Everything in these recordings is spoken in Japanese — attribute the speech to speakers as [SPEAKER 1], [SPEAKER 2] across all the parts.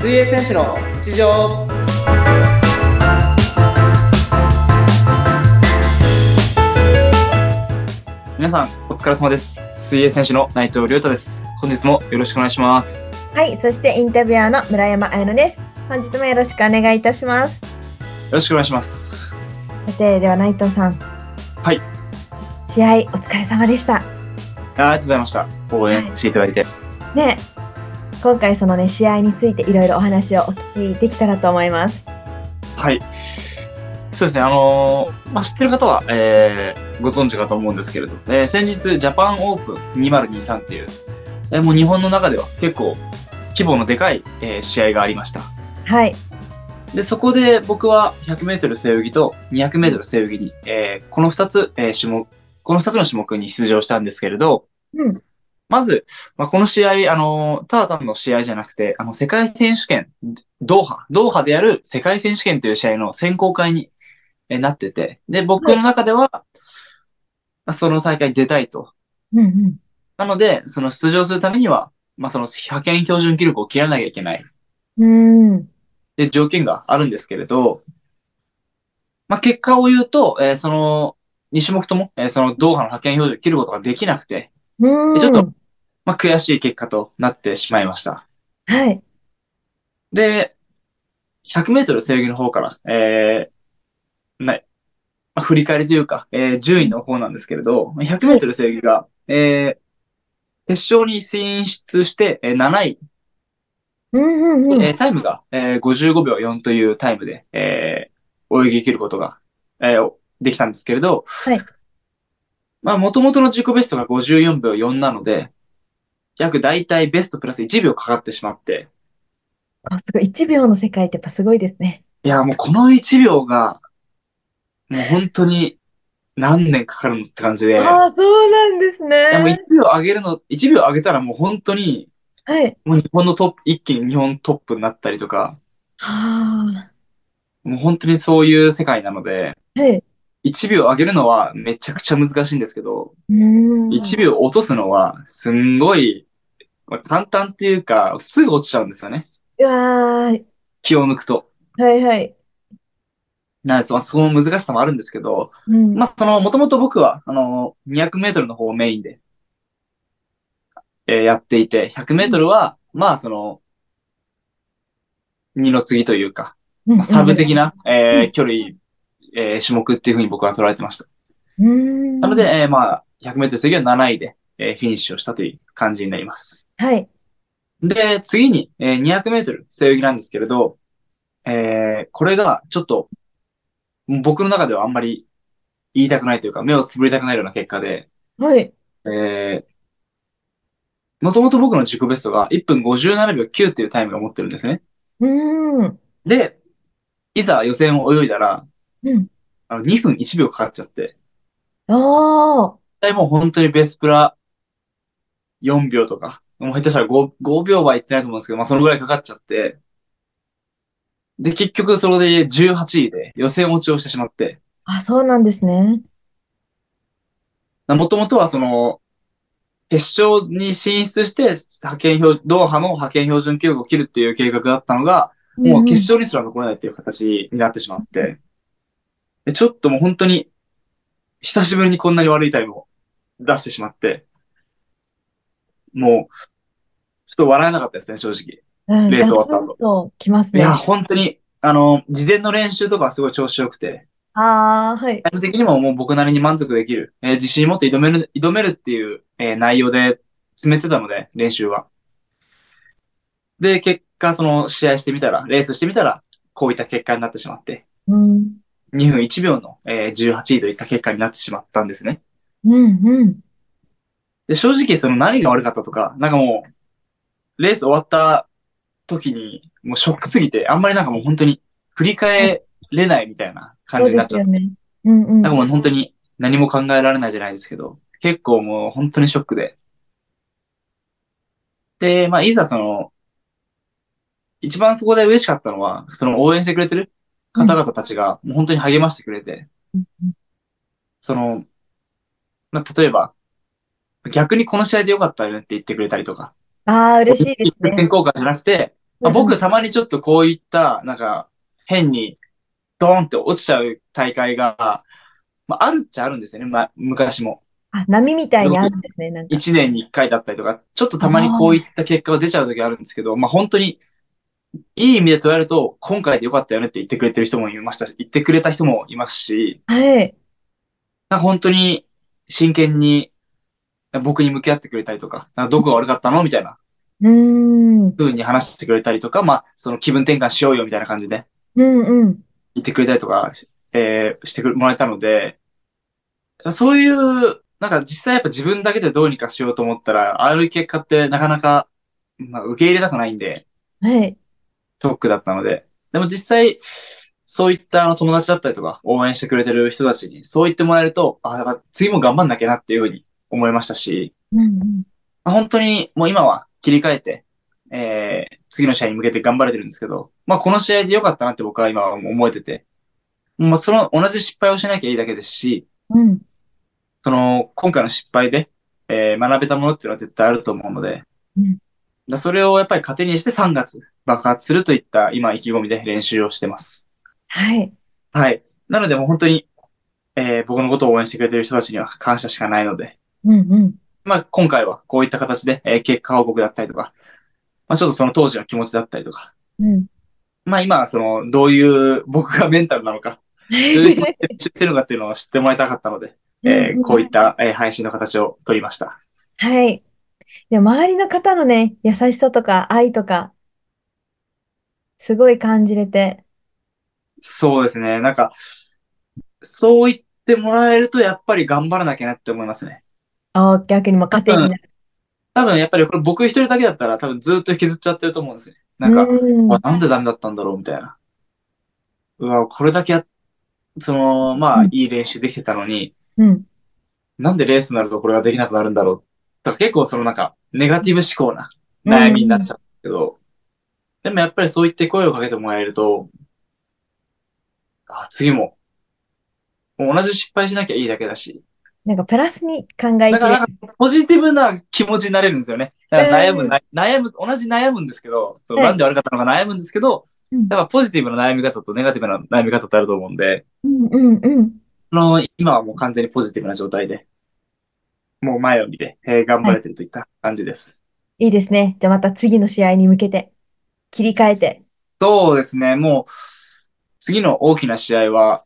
[SPEAKER 1] 選手の日常
[SPEAKER 2] 皆さんお疲れ様です水泳選手の内藤亮太です本日もよろしくお願いします
[SPEAKER 3] はい、そしてインタビュアーの村山彩乃です。本日もよろしくお願いいたします。
[SPEAKER 2] よろしくお願いします。
[SPEAKER 3] さて、では内藤さん。はい試合お疲れ様でした。
[SPEAKER 2] あありがとうございました応援していただいて
[SPEAKER 3] ねえ、今回そのね、試合についていろいろお話をお聞きできたらと思います。
[SPEAKER 2] はいそうですねあのーまあ、知ってる方は、えーご存知かと思うんですけれど、えー先日ジャパンオープン2023っていう、えーもう日本の中では結構規模のでかい、えー試合がありました
[SPEAKER 3] はい。
[SPEAKER 2] で、そこで僕は 100m 背泳ぎと 200m 背泳ぎに、えーこの2つ、えー種目、この2つの種目に出場したんですけれど、
[SPEAKER 3] うん。
[SPEAKER 2] まず、まあ、この試合、あの、ただ単の試合じゃなくて、あの、世界選手権、ドーハ、ドーハでやる世界選手権という試合の選考会に、えーなってて、で、僕の中では、まあその大会に出たいと。
[SPEAKER 3] うんうん。
[SPEAKER 2] なので、その出場するためには、まあ、その派遣標準記録を切らなきゃいけない。
[SPEAKER 3] うーん。
[SPEAKER 2] で、条件があるんですけれど、まあ、結果を言うと、えーその、2種目とも、えーその、ドーハの派遣標準を切ることができなくて、
[SPEAKER 3] うーん。
[SPEAKER 2] えちょっと。まあ、悔しい結果となってしまいました。
[SPEAKER 3] はい。
[SPEAKER 2] で、100メートル背泳ぎの方から、えー、ない、まあ、振り返りというか、えー順位の方なんですけれど、まあ100メートル背泳ぎが、えー決勝に進出して、えー7位
[SPEAKER 3] うんうんうん。
[SPEAKER 2] えータイムが、えー55秒4というタイムで、えー泳ぎ切ることが、えーできたんですけれど、
[SPEAKER 3] はい
[SPEAKER 2] まあ、元々の自己ベストが54秒4なので、約大体ベストプラス1秒かかってしまって、
[SPEAKER 3] あすごい。1秒の世界ってやっぱすごいですね。
[SPEAKER 2] いや、もうこの1秒が、もう本当に何年かかるのって感じで、いや
[SPEAKER 3] ああ、そうなんです
[SPEAKER 2] もう1
[SPEAKER 3] ね。
[SPEAKER 2] 秒上げるの、1秒上げたらもう本当に、
[SPEAKER 3] はい。
[SPEAKER 2] もう日本のトップ、一気に日本トップになったりとか、
[SPEAKER 3] は
[SPEAKER 2] もう本当にそういう世界なので、
[SPEAKER 3] あ。はい。
[SPEAKER 2] 1秒上げるのはめちゃくちゃ難しいんですけど、
[SPEAKER 3] うーん。
[SPEAKER 2] 1秒落とすのはすんごい、まあ、簡単っていうか、すぐ落ちちゃうんですよね。
[SPEAKER 3] うわー。
[SPEAKER 2] 気を抜くと。
[SPEAKER 3] はいはい。
[SPEAKER 2] なので、まあその難しさもあるんですけど、
[SPEAKER 3] うん。
[SPEAKER 2] まあ、その、もともと僕は、あの、200メートルの方をメインで、えーやっていて、100メートルは、まあ、その、二の次というか、
[SPEAKER 3] うんうん
[SPEAKER 2] まあサブ的な、え
[SPEAKER 3] う
[SPEAKER 2] ー距離、えー種目っていうふうに僕は捉えてました。
[SPEAKER 3] うーん。
[SPEAKER 2] なので、えーまあ、100メートル過ぎは7位で、えーフィニッシュをしたという感じになります。
[SPEAKER 3] はい。
[SPEAKER 2] で、次に、えー200メートル背泳ぎなんですけれど、えーこれがちょっと、僕の中ではあんまり言いたくないというか、目をつぶりたくないような結果で、
[SPEAKER 3] はい。
[SPEAKER 2] えー、もともと僕の自己ベストが1分57秒9っていうタイムを持ってるんですね。
[SPEAKER 3] うーん。
[SPEAKER 2] で、いざ予選を泳いだら、
[SPEAKER 3] うん。
[SPEAKER 2] あの2分1秒かかっちゃって、
[SPEAKER 3] ああ。
[SPEAKER 2] 絶対もう本当にベスプラ4秒とか、もう下手したら 5, 5秒はいってないと思うんですけど、まあそのぐらいかかっちゃって、で、結局それで18位で予選落ちをしてしまって、
[SPEAKER 3] あ、そうなんですね。
[SPEAKER 2] もともとはその、決勝に進出して、派遣標、ドーハの派遣標準記録を切るっていう計画だったのが、もう決勝にすら残れないっていう形になってしまって、でちょっともう本当に、久しぶりにこんなに悪いタイムを出してしまって、もう、ちょっと笑えなかったですね、正直。
[SPEAKER 3] うん、
[SPEAKER 2] レース終わった後
[SPEAKER 3] と。来ます
[SPEAKER 2] い
[SPEAKER 3] ね。
[SPEAKER 2] や、
[SPEAKER 3] あ
[SPEAKER 2] 本当に、あの、事前の練習とかはすごい調子良くて、
[SPEAKER 3] あー、はい。
[SPEAKER 2] タイム的にももう僕なりに満足できる、えー自信持って挑める、挑めるっていう、えー内容で詰めてたので、練習は。で、結果、その試合してみたら、レースしてみたら、こういった結果になってしまって、
[SPEAKER 3] うん。
[SPEAKER 2] 2分1秒の、えー18位といった結果になってしまったんですね。
[SPEAKER 3] うん、うん。
[SPEAKER 2] で、正直その何が悪かったとか、なんかもう、レース終わった時に、もうショックすぎて、あんまりなんかもう本当に振り返れないみたいな感じになっちゃって
[SPEAKER 3] そうですよね。うん、うん。
[SPEAKER 2] なんかもう本当に何も考えられないじゃないですけど、結構もう本当にショックで。で、まあ、いざその、一番そこで嬉しかったのは、その応援してくれてる方々たちが、もう本当に励ましてくれて、
[SPEAKER 3] うんうん
[SPEAKER 2] その、まあ、例えば、逆にこの試合で良かったよねって言ってくれたりとか、
[SPEAKER 3] ああ、嬉しいです
[SPEAKER 2] 選
[SPEAKER 3] ね。
[SPEAKER 2] 考会じゃなくて、まあ、僕、たまにちょっとこういった、なんか、変に、ドーンって落ちちゃう大会が、まあ、あるっちゃあるんですよね、まあ、昔も。
[SPEAKER 3] あ、波みたいにあるんですね。なんか。
[SPEAKER 2] 1年に1回だったりとか、ちょっとたまにこういった結果が出ちゃう時あるんですけど、まあ、本当に、いい意味で捉えると、今回でよかったよねって言ってくれてる人もいましたし、言ってくれた人もいますし、
[SPEAKER 3] はい。
[SPEAKER 2] なんか本当に真剣に僕に向き合ってくれたりとか、なんかどこが悪かったのみたいな
[SPEAKER 3] うーん。うん
[SPEAKER 2] 風に話してくれたりとか、まあ、その気分転換しようよみたいな感じで、
[SPEAKER 3] うん。
[SPEAKER 2] 言ってくれたりとか、えーしてくれもらえたので、そういう、なんか実際やっぱ自分だけでどうにかしようと思ったら、ああいう結果ってなかなか、まあ、受け入れたくないんで、
[SPEAKER 3] はい。
[SPEAKER 2] ショックだったので。でも実際、そういったあの友達だったりとか、応援してくれてる人たちに、そう言ってもらえると、あ、やっぱ次も頑張んなきゃなっていうふうに思いましたし、
[SPEAKER 3] うんうん。
[SPEAKER 2] まあ本当にもう今は切り替えて、えー次の試合に向けて頑張れてるんですけど、まあこの試合で良かったなって僕は今は思えてて、もうその同じ失敗をしなきゃいいだけですし、
[SPEAKER 3] うん。
[SPEAKER 2] その今回の失敗で、えー学べたものっていうのは絶対あると思うので、
[SPEAKER 3] うん
[SPEAKER 2] だそれをやっぱり糧にして3月爆発するといった今意気込みで練習をしてます。
[SPEAKER 3] はい。
[SPEAKER 2] はい。なのでもう本当に、えー僕のことを応援してくれてる人たちには感謝しかないので、
[SPEAKER 3] うんうん。
[SPEAKER 2] まあ、今回はこういった形で、えー結果報告だったりとか、まあ、ちょっとその当時の気持ちだったりとか、
[SPEAKER 3] うん。
[SPEAKER 2] まあ、今はその、どういう僕がメンタルなのか、どういう気 持ちで練習してるのかっていうのを知ってもらいたかったので、えーこういった、えー配信の形を取りました。
[SPEAKER 3] はい。で、周りの方のね、優しさとか愛とか、すごい感じれて。
[SPEAKER 2] そうですね。なんか、そう言ってもらえると、やっぱり頑張らなきゃなって思いますね。
[SPEAKER 3] あー逆にもう糧になる。
[SPEAKER 2] 多分やっぱりこれ僕一人だけだったら多分ずっと引きずっちゃってると思うんですよ。なんか、
[SPEAKER 3] うん
[SPEAKER 2] あなんでダメだったんだろうみたいな。うわ、これだけやっ、その、まあ、
[SPEAKER 3] うん
[SPEAKER 2] いい練習できてたのに、
[SPEAKER 3] うん。
[SPEAKER 2] なんでレースになるとこれができなくなるんだろう。だから結構そのなんか、ネガティブ思考な悩みになっちゃうんだけど、でもやっぱりそう言って声をかけてもらえると、あ、次も、もう同じ失敗しなきゃいいだけだし、
[SPEAKER 3] なんかプラスに考え
[SPEAKER 2] なん
[SPEAKER 3] て
[SPEAKER 2] か、なんかポジティブな気持ちになれるんですよね。だから悩む、
[SPEAKER 3] うん
[SPEAKER 2] な悩む、同じ悩むんですけど、そう
[SPEAKER 3] はい
[SPEAKER 2] なんで悪かったのか悩むんですけど、
[SPEAKER 3] うん
[SPEAKER 2] だからポジティブな悩み方とネガティブな悩み方ってあると思うんで、
[SPEAKER 3] うんうんうん。
[SPEAKER 2] あの今はもう完全にポジティブな状態で、もう前を見て、えー頑張れてるといった感じです。
[SPEAKER 3] いいですね。じゃあまた次の試合に向けて、切り替えて。
[SPEAKER 2] そうですね、もう、次の大きな試合は、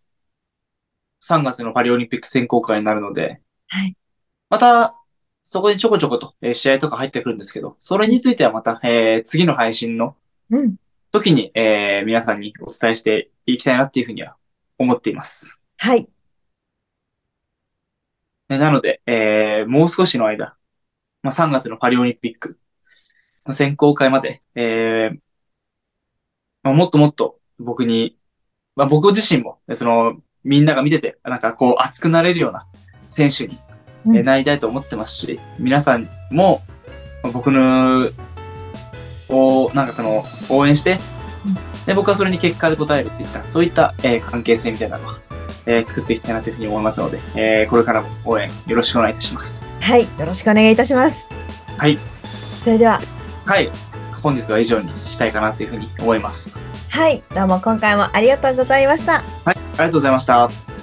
[SPEAKER 2] 3月のパリオリンピック選考会になるので、
[SPEAKER 3] はい
[SPEAKER 2] また、そこにちょこちょこと、えー試合とか入ってくるんですけど、それについてはまた、えー次の配信の
[SPEAKER 3] うん。
[SPEAKER 2] 時に、えー皆さんにお伝えしていきたいなっていうふうには思っています。
[SPEAKER 3] はい。
[SPEAKER 2] ねなので、えーもう少しの間、まあ、3月のパリオリンピックの選考会まで、えーまあ、もっともっと僕に、まあ、僕自身も、その、みんなが見てて、なんかこう熱くなれるような選手に、
[SPEAKER 3] うん
[SPEAKER 2] えーなりたいと思ってますし、皆さんも、まあ僕の、を、なんかその、応援して
[SPEAKER 3] うん、
[SPEAKER 2] で、僕はそれに結果で応えるっていった、そういった、えー関係性みたいなのは、えー作っていきたいなというふうに思いますので、えーこれからも応援よろしくお願いいたします。
[SPEAKER 3] はい。よろしくお願いいたします。
[SPEAKER 2] はい。
[SPEAKER 3] それでは、
[SPEAKER 2] はい。本日は以上にしたいかなというふうに思います。
[SPEAKER 3] はい。どうも今回もありがとうございまし
[SPEAKER 2] は
[SPEAKER 3] た。
[SPEAKER 2] い。ありがとうございました。